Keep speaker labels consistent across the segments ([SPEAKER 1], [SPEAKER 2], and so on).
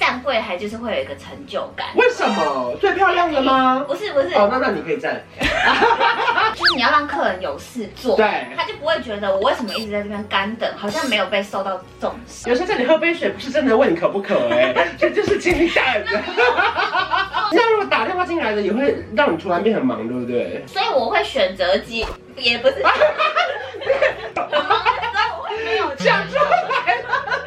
[SPEAKER 1] 站柜台就是会有一个成就感。
[SPEAKER 2] 为什么？最漂亮的吗？
[SPEAKER 1] 不是不是，啊
[SPEAKER 2] 哦，那那你可以站。
[SPEAKER 1] 就是你要让客人有事做，
[SPEAKER 2] 对
[SPEAKER 1] 他就不会觉得我为什么一直在这边干等，好像没有被受到重视。
[SPEAKER 2] 有时候叫你喝杯水，不是真的问你渴不渴、哎，这就是请你等。那如果打电话进来的，也会让你突然变很忙，对不对？
[SPEAKER 1] 所以我会选择机，也 不是，所以我会没有
[SPEAKER 2] 讲出来了。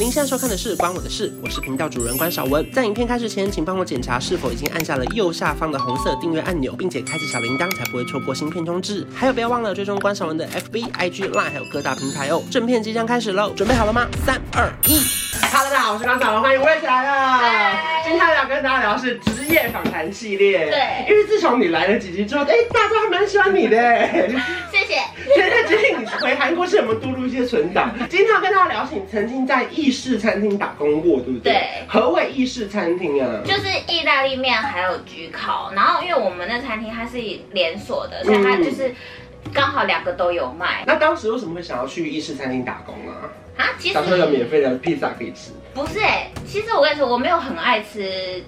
[SPEAKER 2] 您现在收看的是《关我的事》，我是频道主人关少文。在影片开始前，请帮我检查是否已经按下了右下方的红色订阅按钮，并且开启小铃铛，才不会错过新片通知。还有，不要忘了追踪关少文的 FB、IG、Line，还有各大平台哦。正片即将开始喽，准备好了吗？三、二、一。Hello，大家好，我是关少文，欢迎我也起来了。今天要跟大家聊的是职业访谈系列。
[SPEAKER 1] 对
[SPEAKER 2] 因为自从你来了几集之后，哎，大家还蛮喜欢你的。
[SPEAKER 1] 谢谢。
[SPEAKER 2] 现在决定你回韩国是有没有嘟录一些存档？经常跟大家聊起，你曾经在意式餐厅打工过，对不对？
[SPEAKER 1] 对
[SPEAKER 2] 何谓意式餐厅啊？
[SPEAKER 1] 就是意大利面还有焗烤，然后因为我们那餐厅它是连锁的，所以
[SPEAKER 2] 嗯
[SPEAKER 1] 它就是刚好两个都有卖
[SPEAKER 2] 那当时为什么会想要去意式餐厅打工啊？
[SPEAKER 1] 啊。其实
[SPEAKER 2] 想说有免费的披萨可以吃。
[SPEAKER 1] 不是哎、其实我跟你说，我没有很爱吃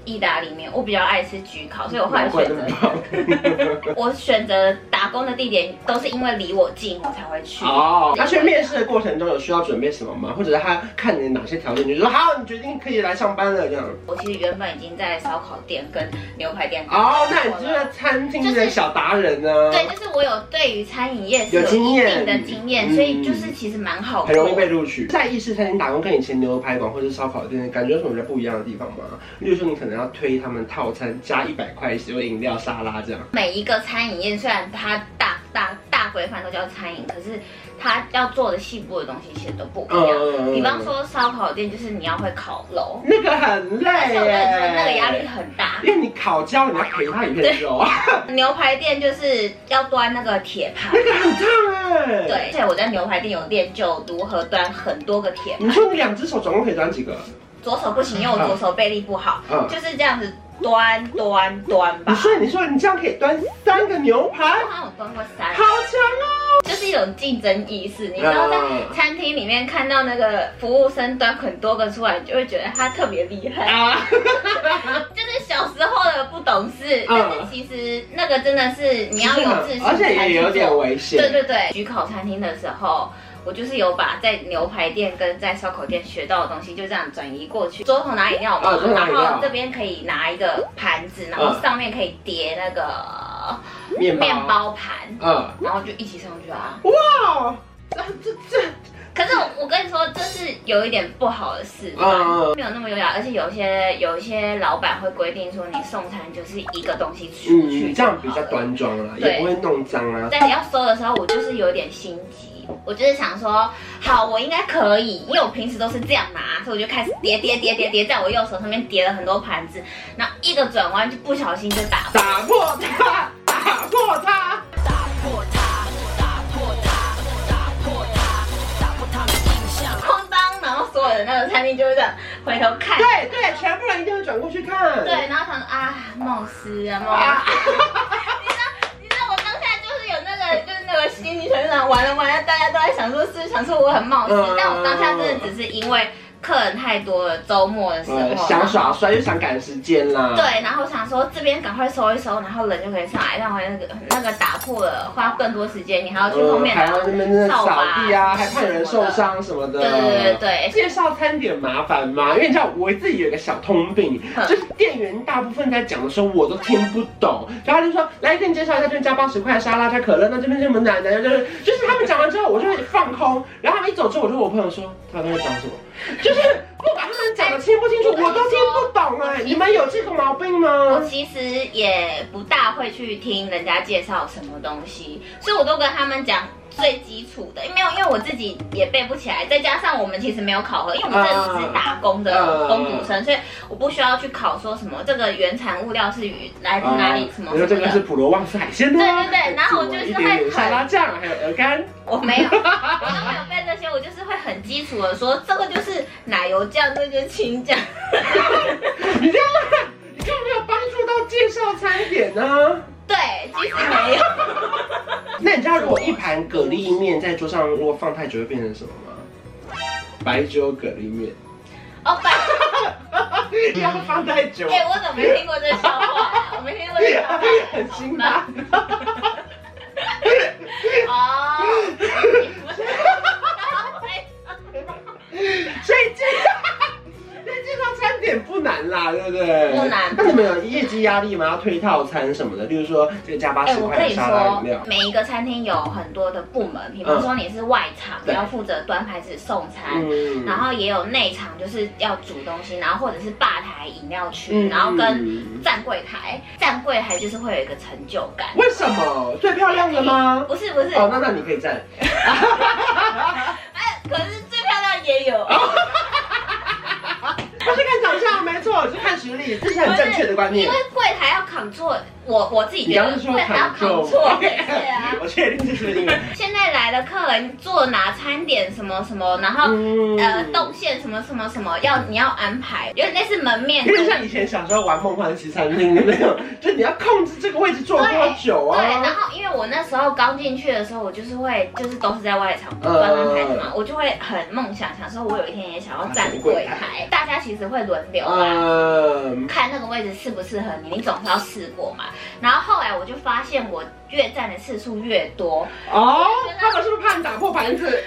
[SPEAKER 1] 意大利面，我比较爱吃焗烤，所以我后来
[SPEAKER 2] 难怪
[SPEAKER 1] 选
[SPEAKER 2] 那么
[SPEAKER 1] 择
[SPEAKER 2] 棒。
[SPEAKER 1] 我选择打工的地点都是因为离我近，我才会去。
[SPEAKER 2] 哦，那去面试的过程中有需要准备什么吗？或者是他看你哪些条件，你就说好，你决定可以来上班了这样。
[SPEAKER 1] 我其实原本已经在烧烤店跟牛排店
[SPEAKER 2] 哦，那你就是餐厅的小达人啊呢、
[SPEAKER 1] 对，就是我有对于餐饮业是
[SPEAKER 2] 有
[SPEAKER 1] 有一
[SPEAKER 2] 经验
[SPEAKER 1] 定的经验，
[SPEAKER 2] 嗯
[SPEAKER 1] 所以就是其实蛮好，
[SPEAKER 2] 很容易被。录取。在意式餐厅打工，跟以前牛排馆或者烧烤店，感觉有什么比较不一样的地方吗？例如说，你可能要推他们套餐加一百块，有饮料、沙拉这样。
[SPEAKER 1] 每一个餐饮业虽然它大大大规范都叫餐饮，可是它要做的细部的东西其实都不一样。
[SPEAKER 2] 嗯
[SPEAKER 1] 比方，说烧烤店，就是你要会烤肉，
[SPEAKER 2] 那个很累
[SPEAKER 1] 而且我跟你说
[SPEAKER 2] 耶，
[SPEAKER 1] 那个压力很大。
[SPEAKER 2] 因为你烤焦，你要陪他一哦片肉，
[SPEAKER 1] 牛排店就是要端那个铁盘，
[SPEAKER 2] 那个很烫哎。
[SPEAKER 1] 对，而。且我在牛排店有练就如何端很多个铁
[SPEAKER 2] 你
[SPEAKER 1] 盘，
[SPEAKER 2] 说你两只手总共可以端几个？
[SPEAKER 1] 左手不行，因为我左手背力不好，
[SPEAKER 2] 嗯
[SPEAKER 1] 就是这样子端端端吧
[SPEAKER 2] 你。说你说你这样可以端三个牛排
[SPEAKER 1] 我，好像有端过三
[SPEAKER 2] 好，强哦！
[SPEAKER 1] 就是一种竞争意识。你知道在
[SPEAKER 2] 嗯
[SPEAKER 1] 餐厅里面看到那个服务生端很多个出来，你就会觉得他特别厉害。
[SPEAKER 2] 啊，
[SPEAKER 1] 就是小时候的不懂
[SPEAKER 2] 嗯
[SPEAKER 1] 事，但是其实那个真的是你要有自信，
[SPEAKER 2] 而且也有点。危险。
[SPEAKER 1] 对对对，焗烤餐厅的时候，我就是有把在牛排店跟在烧烤店学到的东西，就这样转移过去。桌头拿饮料嘛，
[SPEAKER 2] 哦桌头拿饮料嗯
[SPEAKER 1] 然后这边可以拿一个盘子，然后上面可以叠那个
[SPEAKER 2] 面包。
[SPEAKER 1] 面。包盘，
[SPEAKER 2] 嗯。
[SPEAKER 1] 然后就一起上去啊。
[SPEAKER 2] 哇，那这这。
[SPEAKER 1] 可是我跟你说，这是有一点不好的事，
[SPEAKER 2] 嗯嗯
[SPEAKER 1] 没有那么优雅，而且有些有一些老板会规定说，你送餐就是一个东西出去、
[SPEAKER 2] 嗯，这样比较。端庄啦，
[SPEAKER 1] 对
[SPEAKER 2] 也不会弄脏啊啦。
[SPEAKER 1] 在你要收的时候，我就是有点心急，我就是想说，好，我应该可以，因为我平时都是这样拿，所以我就开始叠叠叠叠叠，在我右手上面叠了很多盘子，然后一个转弯就不小心就打破。
[SPEAKER 2] 打破它，打破它。
[SPEAKER 1] 哐当，然后所有的那个餐厅就会这样回头看，
[SPEAKER 2] 对对，全部人一定会转过去看。
[SPEAKER 1] 对，然后想说啊，梦思啊，梦
[SPEAKER 2] 啊
[SPEAKER 1] 思。， 你知道我当下就是有那个，就是那个心理成长，完了完了，大家都在想说是想说我很冒失，
[SPEAKER 2] 嗯
[SPEAKER 1] 但我当下真的只是因为客人太多了，周末的时候、
[SPEAKER 2] 呃，想耍帅又想赶时间啦。
[SPEAKER 1] 对，然后想说这边赶快收一收，然后人就可以上来，让我那个那个打破了，花更多时间，你还要去后
[SPEAKER 2] 呃，
[SPEAKER 1] 面
[SPEAKER 2] 还
[SPEAKER 1] 拿
[SPEAKER 2] 要那边
[SPEAKER 1] 扫
[SPEAKER 2] 扫
[SPEAKER 1] 把
[SPEAKER 2] 地啊，还怕有人受。伤什么的。
[SPEAKER 1] 对对对对。对，
[SPEAKER 2] 介绍餐点麻烦吗？因为你知道我自己有一个小通病
[SPEAKER 1] 嗯，
[SPEAKER 2] 就是店员大部分在讲的时候我都听不懂，然后他就说来给你介绍一下，这边加八十块的沙拉加可乐，那这边是什么奶奶，就是就是他们讲完之后我就会放空，然后他们一走之后我就问我朋友说他在讲什么，就是不管他们讲的清不清楚，我都听不懂哎、
[SPEAKER 1] 嗯
[SPEAKER 2] 你们有这个毛病
[SPEAKER 1] 我
[SPEAKER 2] 吗？
[SPEAKER 1] 其实也不大会去听人家介绍什么东西，所以我都跟他们讲最基础的，没有，因为我自己也背不起来，再加上我们其实没有考核，因为我们这
[SPEAKER 2] 啊
[SPEAKER 1] 只是打工的
[SPEAKER 2] 嗯
[SPEAKER 1] 工读生，所以我不需要去考说什么这个原产物料是与来自哪里什么
[SPEAKER 2] 啊
[SPEAKER 1] 什
[SPEAKER 2] 你说
[SPEAKER 1] 么
[SPEAKER 2] 这个
[SPEAKER 1] 的
[SPEAKER 2] 是。普罗旺斯海鲜的，啊
[SPEAKER 1] 对对对然后我就是
[SPEAKER 2] 一点点
[SPEAKER 1] 会
[SPEAKER 2] 沙拉酱，还有鹅 肝，
[SPEAKER 1] 我没有，我都没有背这些，我就是会很基础的说，这个就是奶油酱，这就是青酱。
[SPEAKER 2] 你这样你根本没有帮助到介绍餐点呢、啊
[SPEAKER 1] 对，其实没有。
[SPEAKER 2] 那你知道如果一盘蛤蜊面在桌上如果放太久会变成什么吗？白酒蛤蜊面，
[SPEAKER 1] 哦，白，
[SPEAKER 2] 要放太久，
[SPEAKER 1] 哎、我怎么没听过这个笑话、啊？我没听
[SPEAKER 2] 哎
[SPEAKER 1] 过这个笑话。
[SPEAKER 2] 很辛啊辣。
[SPEAKER 1] 哦，你不是。
[SPEAKER 2] 所以这个，那这套餐点不难啦，对不对？
[SPEAKER 1] 不难
[SPEAKER 2] 那你们有业绩压力吗？要推套餐什么的，例如说这个加八
[SPEAKER 1] 哎、
[SPEAKER 2] 十
[SPEAKER 1] 我
[SPEAKER 2] 块
[SPEAKER 1] 跟
[SPEAKER 2] 的
[SPEAKER 1] 你
[SPEAKER 2] 沙拉饮料嗯
[SPEAKER 1] 说，，每一个餐厅有很多的部门，比如说你是外场，
[SPEAKER 2] 对
[SPEAKER 1] 要负责端盘子送餐，
[SPEAKER 2] 嗯
[SPEAKER 1] 然后也有内场，就是要煮东西，然后或者是吧台饮料区，
[SPEAKER 2] 嗯
[SPEAKER 1] 然后跟站柜台，站柜台就是会有一个成就感。
[SPEAKER 2] 为什么最漂亮的吗？
[SPEAKER 1] 不是不是，
[SPEAKER 2] 哦，那那你可以站。
[SPEAKER 1] 哎、可是最漂亮也有，
[SPEAKER 2] 哦我是看长相，没错，是看实力，这是很正确的观
[SPEAKER 1] 因
[SPEAKER 2] 念
[SPEAKER 1] 为。柜台要扛错，我我自己
[SPEAKER 2] 你
[SPEAKER 1] 觉
[SPEAKER 2] 要
[SPEAKER 1] 得
[SPEAKER 2] 是说
[SPEAKER 1] 柜台要
[SPEAKER 2] 扛
[SPEAKER 1] 扛
[SPEAKER 2] 重
[SPEAKER 1] 错，对啊。
[SPEAKER 2] 我确定这是因为，
[SPEAKER 1] 现在来的客人做哪餐点什么什么，然后、
[SPEAKER 2] 嗯
[SPEAKER 1] 呃动线什么什么什么，要你要安排，有点类似门面
[SPEAKER 2] 有点像以前小时候玩梦幻西餐厅的那种，就你要控制这个位置坐多久
[SPEAKER 1] 对，然
[SPEAKER 2] 啊？
[SPEAKER 1] 后因为我那时候刚进去的时候，我就是会就是都是在外场
[SPEAKER 2] 呃
[SPEAKER 1] 端端台子嘛，我就会很梦想，想说我有一天也想要
[SPEAKER 2] 啊
[SPEAKER 1] 站柜台，大家其实会轮流啊嘛。
[SPEAKER 2] 嗯，
[SPEAKER 1] 看那个位置适不适合你，你总是要试过嘛。然后后来我就发现，我越站的次数越多，
[SPEAKER 2] 哦，他们是不是怕你打破盘子？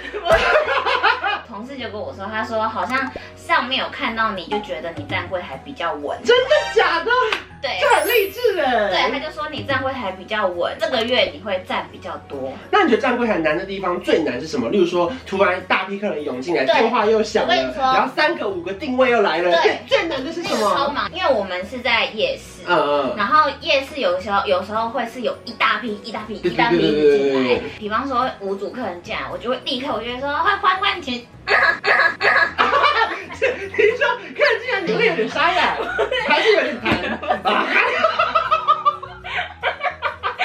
[SPEAKER 1] 同事就跟我说，他说好像上面有看到你就觉得你站柜台比较稳，
[SPEAKER 2] 真的假的？
[SPEAKER 1] 对
[SPEAKER 2] 这很励志哎。
[SPEAKER 1] 对，他就说你站柜台比较稳，这个月你会站比较多。
[SPEAKER 2] 那你觉得站柜台难的地方最难是什么？例如说，突然大批客人涌进来，
[SPEAKER 1] 对
[SPEAKER 2] 电话又响了，
[SPEAKER 1] 我跟你说
[SPEAKER 2] 然后三个五个定位又来了，
[SPEAKER 1] 对
[SPEAKER 2] 最最难的是
[SPEAKER 1] 那
[SPEAKER 2] 什
[SPEAKER 1] 个超
[SPEAKER 2] 么？
[SPEAKER 1] 忙，因为我们是在夜市，
[SPEAKER 2] 嗯嗯，
[SPEAKER 1] 然后夜市有时候有时候会是有一大批一大批
[SPEAKER 2] 对
[SPEAKER 1] 一大批
[SPEAKER 2] 对
[SPEAKER 1] 一
[SPEAKER 2] 对
[SPEAKER 1] 直
[SPEAKER 2] 对
[SPEAKER 1] 进
[SPEAKER 2] 对
[SPEAKER 1] 来，比方说五组客人进来，我就会立刻我就会说哎换换换钱，
[SPEAKER 2] 你说客人进来你会有点沙哑，还是有点痰？啊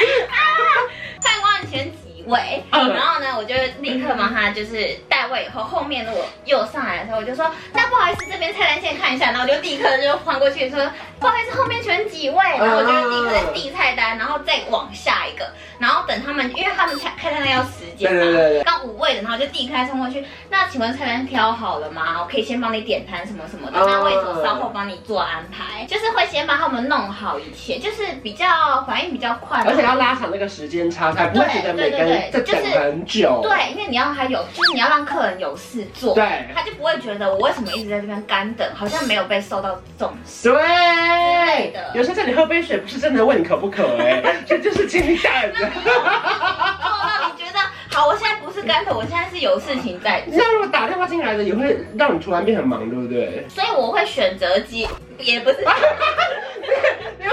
[SPEAKER 1] 换换前几位，
[SPEAKER 2] 嗯
[SPEAKER 1] 然后呢我就立刻帮他就是带位以后，后面我又上来的时候我就说那不好意思这边菜单先看一下，然后我就立刻就换过去说不好意思后面选几位，
[SPEAKER 2] 嗯
[SPEAKER 1] 然后我就立刻在递菜单，然后再往下一个，然后等他们因为他们菜菜单要时
[SPEAKER 2] 对
[SPEAKER 1] 间嘛，
[SPEAKER 2] 对对对，
[SPEAKER 1] 刚五位的，然后就递开冲过去。那请问菜单挑好了吗？我可以先帮你点餐什么什么的，
[SPEAKER 2] 哦
[SPEAKER 1] 那位置我稍后帮你做安排，就是会先帮他们弄好一切，就是比较反应比较快嘛，
[SPEAKER 2] 而且要拉长那个时间差，才不会觉得每个人在
[SPEAKER 1] 对对对
[SPEAKER 2] 等很久。
[SPEAKER 1] 对，因为你要让他有，就是你要让客人有事做，
[SPEAKER 2] 哦对
[SPEAKER 1] 他就不会觉得我为什么一直在这边干等，好像没有被受到重 视。类
[SPEAKER 2] 对
[SPEAKER 1] 的，
[SPEAKER 2] 有时候叫你喝杯水，不是真的问你渴不渴， 哎，这就是请你等 着。
[SPEAKER 1] 做到哦你觉得好，我现在不是干等，我现在是有事情在做，
[SPEAKER 2] 那如果打电话进来的，也会让你突然变很忙，对不对？
[SPEAKER 1] 所以我会选择接，也不是，我觉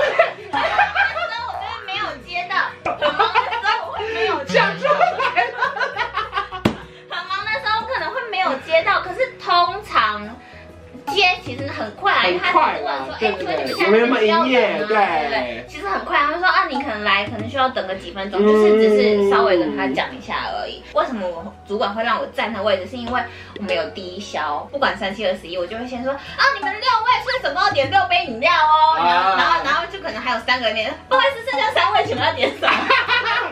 [SPEAKER 1] 得没有接到，很忙的时候我会没有接到
[SPEAKER 2] 讲出来了。
[SPEAKER 1] 很忙的时候可能会没有接到，可是通常接其实很快啊，因为他只是问说，哎，请问你们现在
[SPEAKER 2] 有没
[SPEAKER 1] 需要
[SPEAKER 2] 有营业
[SPEAKER 1] 等吗？
[SPEAKER 2] 对
[SPEAKER 1] 对对，其实很快，他们说啊，你可能来可能需要等个几分钟，就是只是稍微跟他讲一下而已。为什么我主管会让我站那位置？是因为我们有低消，不管三七二十一，我就会先说啊，你们六位是什么点六杯饮料哦，然后
[SPEAKER 2] 啊
[SPEAKER 1] 然后然后就可能还有三个人点，不好意思，剩下三位，请问要点 啥？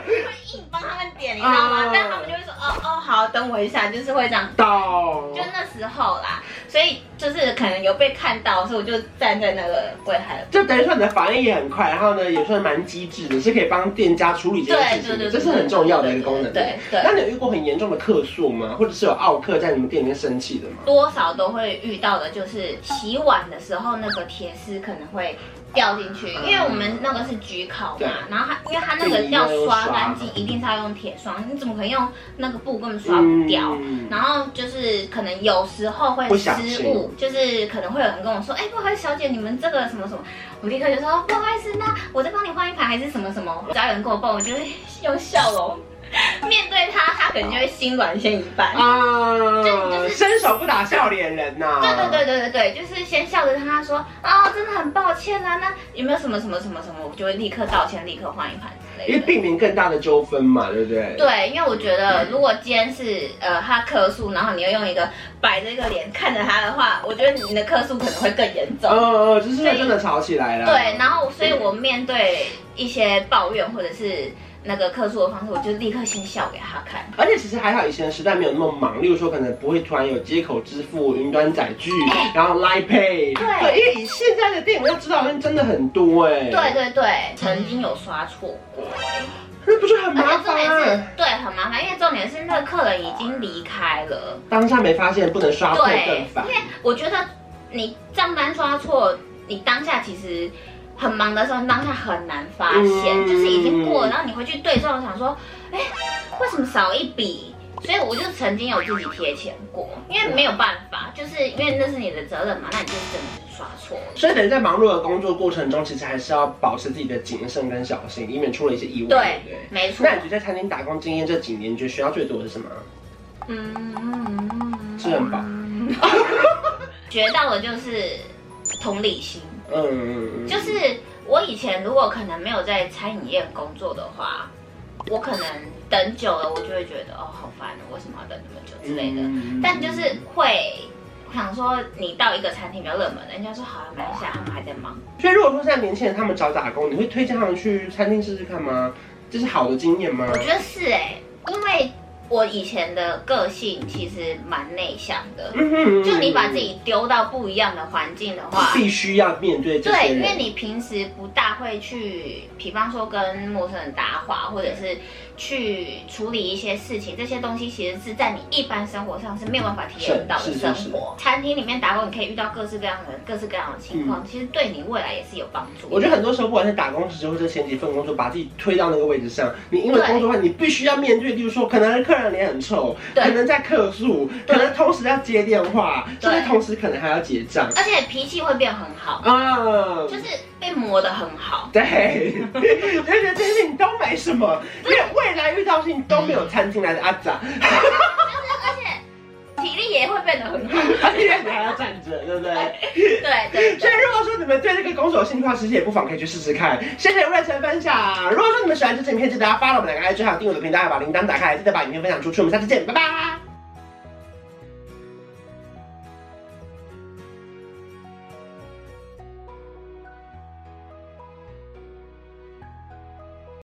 [SPEAKER 1] 会硬帮他们点，你知道吗
[SPEAKER 2] 啊？
[SPEAKER 1] 但他们就会说，哦哦，好，等我一下，就是会这样，
[SPEAKER 2] 到
[SPEAKER 1] 就那时候啦，所以就是可能有被看到，所以我就站在那个柜台。
[SPEAKER 2] 就等于说你的反应也很快，然后呢也算蛮机智 的，是可以帮店家处理这件事情的，
[SPEAKER 1] 对对对对
[SPEAKER 2] 这是很重要的一个功能。
[SPEAKER 1] 对对
[SPEAKER 2] 那你有遇过很严重的客诉吗？或者是有奥客在你们店里面生气的吗？
[SPEAKER 1] 多少都会遇到的，就是洗碗的时候那个铁丝可能会掉进去，因为我们那个是焗烤
[SPEAKER 2] 对
[SPEAKER 1] 嘛，然后它因为它那个要刷干净，一定是要用铁刷，你怎么可能用那个布根本刷不掉？
[SPEAKER 2] 嗯
[SPEAKER 1] 然后就是可能有时候会
[SPEAKER 2] 不小
[SPEAKER 1] 失
[SPEAKER 2] 心
[SPEAKER 1] 误，就是可能会有人跟我说，哎、不好意思，小姐，你们这个什么什么，我立刻就说不好意思，那我再帮你换一盘还是什么什么。只要有人跟我报，我就会用笑容面对他，他可能就会心软先一半。
[SPEAKER 2] 啊
[SPEAKER 1] 就，是
[SPEAKER 2] 伸手不打笑脸人呐、
[SPEAKER 1] 对对对对对对，就是先笑着他说啊、真的很抱歉啊，那有没有什么什么什么什么，我就会立刻道歉，立刻换一盘之
[SPEAKER 2] 因
[SPEAKER 1] 类
[SPEAKER 2] 为
[SPEAKER 1] 的。
[SPEAKER 2] 避免更大的纠纷嘛，对不对？
[SPEAKER 1] 对，因为我觉得如果今天是呃他客诉，然后你又用一个摆着一个脸看着他的话，我觉得你的客诉可能会更严重。
[SPEAKER 2] 嗯嗯嗯，就是真的吵起来了。
[SPEAKER 1] 对，然后所以我面对一些抱怨或者是那个客诉的方式，我就立刻先笑给他看。
[SPEAKER 2] 而且其实还好，以前的时代没有那么忙，例如说可能不会突然有接口支付、云端载具，然后 Line Pay，
[SPEAKER 1] 哎对
[SPEAKER 2] 因为以现在的电影要知道的人真的很多哎，
[SPEAKER 1] 对，对对，曾经有刷错过，
[SPEAKER 2] 那不是很麻
[SPEAKER 1] 而且重点是
[SPEAKER 2] 烦？
[SPEAKER 1] 对很麻烦，因为重点是那个客人已经离开了。
[SPEAKER 2] 当下没发现，不能刷错更
[SPEAKER 1] 对，
[SPEAKER 2] 烦
[SPEAKER 1] 因。为我觉得你账单刷错，你当下其实很忙的时候，你当下很难发现，
[SPEAKER 2] 嗯
[SPEAKER 1] 就是已经过了，然后你回去对照，想说，哎，为什么少一笔？所以我就曾经有自己贴钱过，因为没有办法，就是因为那是你的责任嘛，那你就真的是刷错了。
[SPEAKER 2] 所以等于在忙碌的工作过程中，其实还是要保持自己的谨慎跟小心，以免出了一些意外。
[SPEAKER 1] 对
[SPEAKER 2] 不对，
[SPEAKER 1] 没错
[SPEAKER 2] 那。你觉得在餐厅打工经验这几年，你觉得学到最多的是什么？
[SPEAKER 1] 嗯嗯，嗯
[SPEAKER 2] 吃很饱。
[SPEAKER 1] 嗯 学到的就是同理心。
[SPEAKER 2] 嗯嗯嗯，
[SPEAKER 1] 就是我以前如果可能没有在餐饮业工作的话，我可能等久了，我就会觉得哦，好烦哦，为什么要等那么久之类的。
[SPEAKER 2] 嗯
[SPEAKER 1] 但就是会想说，你到一个餐厅比较热门的，人家说好，啊买一下，他们还在忙。
[SPEAKER 2] 所以如果说现在年轻人他们找打工，你会推荐他们去餐厅试试看吗？这是好的经验吗？
[SPEAKER 1] 我觉得是哎、因为我以前的个性其实蛮内向的，
[SPEAKER 2] 嗯哼
[SPEAKER 1] 就你把自己丢到不一样的环境的话，
[SPEAKER 2] 必须要面对这
[SPEAKER 1] 对，
[SPEAKER 2] 些
[SPEAKER 1] 因为
[SPEAKER 2] 人，
[SPEAKER 1] 你平时不大会去，比方说跟陌生人搭话，或者是去处理一些事情，这些东西其实是在你一般生活上是没有办法体验到的
[SPEAKER 2] 是是
[SPEAKER 1] 生
[SPEAKER 2] 是是
[SPEAKER 1] 活。餐厅里面打工，你可以遇到各式各样的人、各式各样的情况，其实对你未来也是有帮助的。
[SPEAKER 2] 我觉得很多时候，不管是打工时，或者前几份工作，把自己推到那个位置上，你因为工作的话，你必须要面对，例如说，可能客人脸很臭，
[SPEAKER 1] 对
[SPEAKER 2] 可能在客诉，可
[SPEAKER 1] 对
[SPEAKER 2] 能同时要接电话，
[SPEAKER 1] 对
[SPEAKER 2] 甚至同时可能还要结账
[SPEAKER 1] 而且脾气会变很好，
[SPEAKER 2] 啊。
[SPEAKER 1] 就是被磨得很好。
[SPEAKER 2] 对， 就觉得这些事情都没什么，因为未来遇到事情都没有餐厅来的阿杂，
[SPEAKER 1] 体力也会变得很好，
[SPEAKER 2] 而且你还要站着，对不对？
[SPEAKER 1] 对对
[SPEAKER 2] 所以
[SPEAKER 1] 对，
[SPEAKER 2] 如果说你们对这个工作有兴趣的话，其实也不妨可以去试试看。谢谢瑞晨分享。如果说你们喜欢这支影片，记得要 follow 我们两个 IG，还有订阅我的频道，还有把铃铛打开，记得把影片分享出去。我们下次见，拜拜。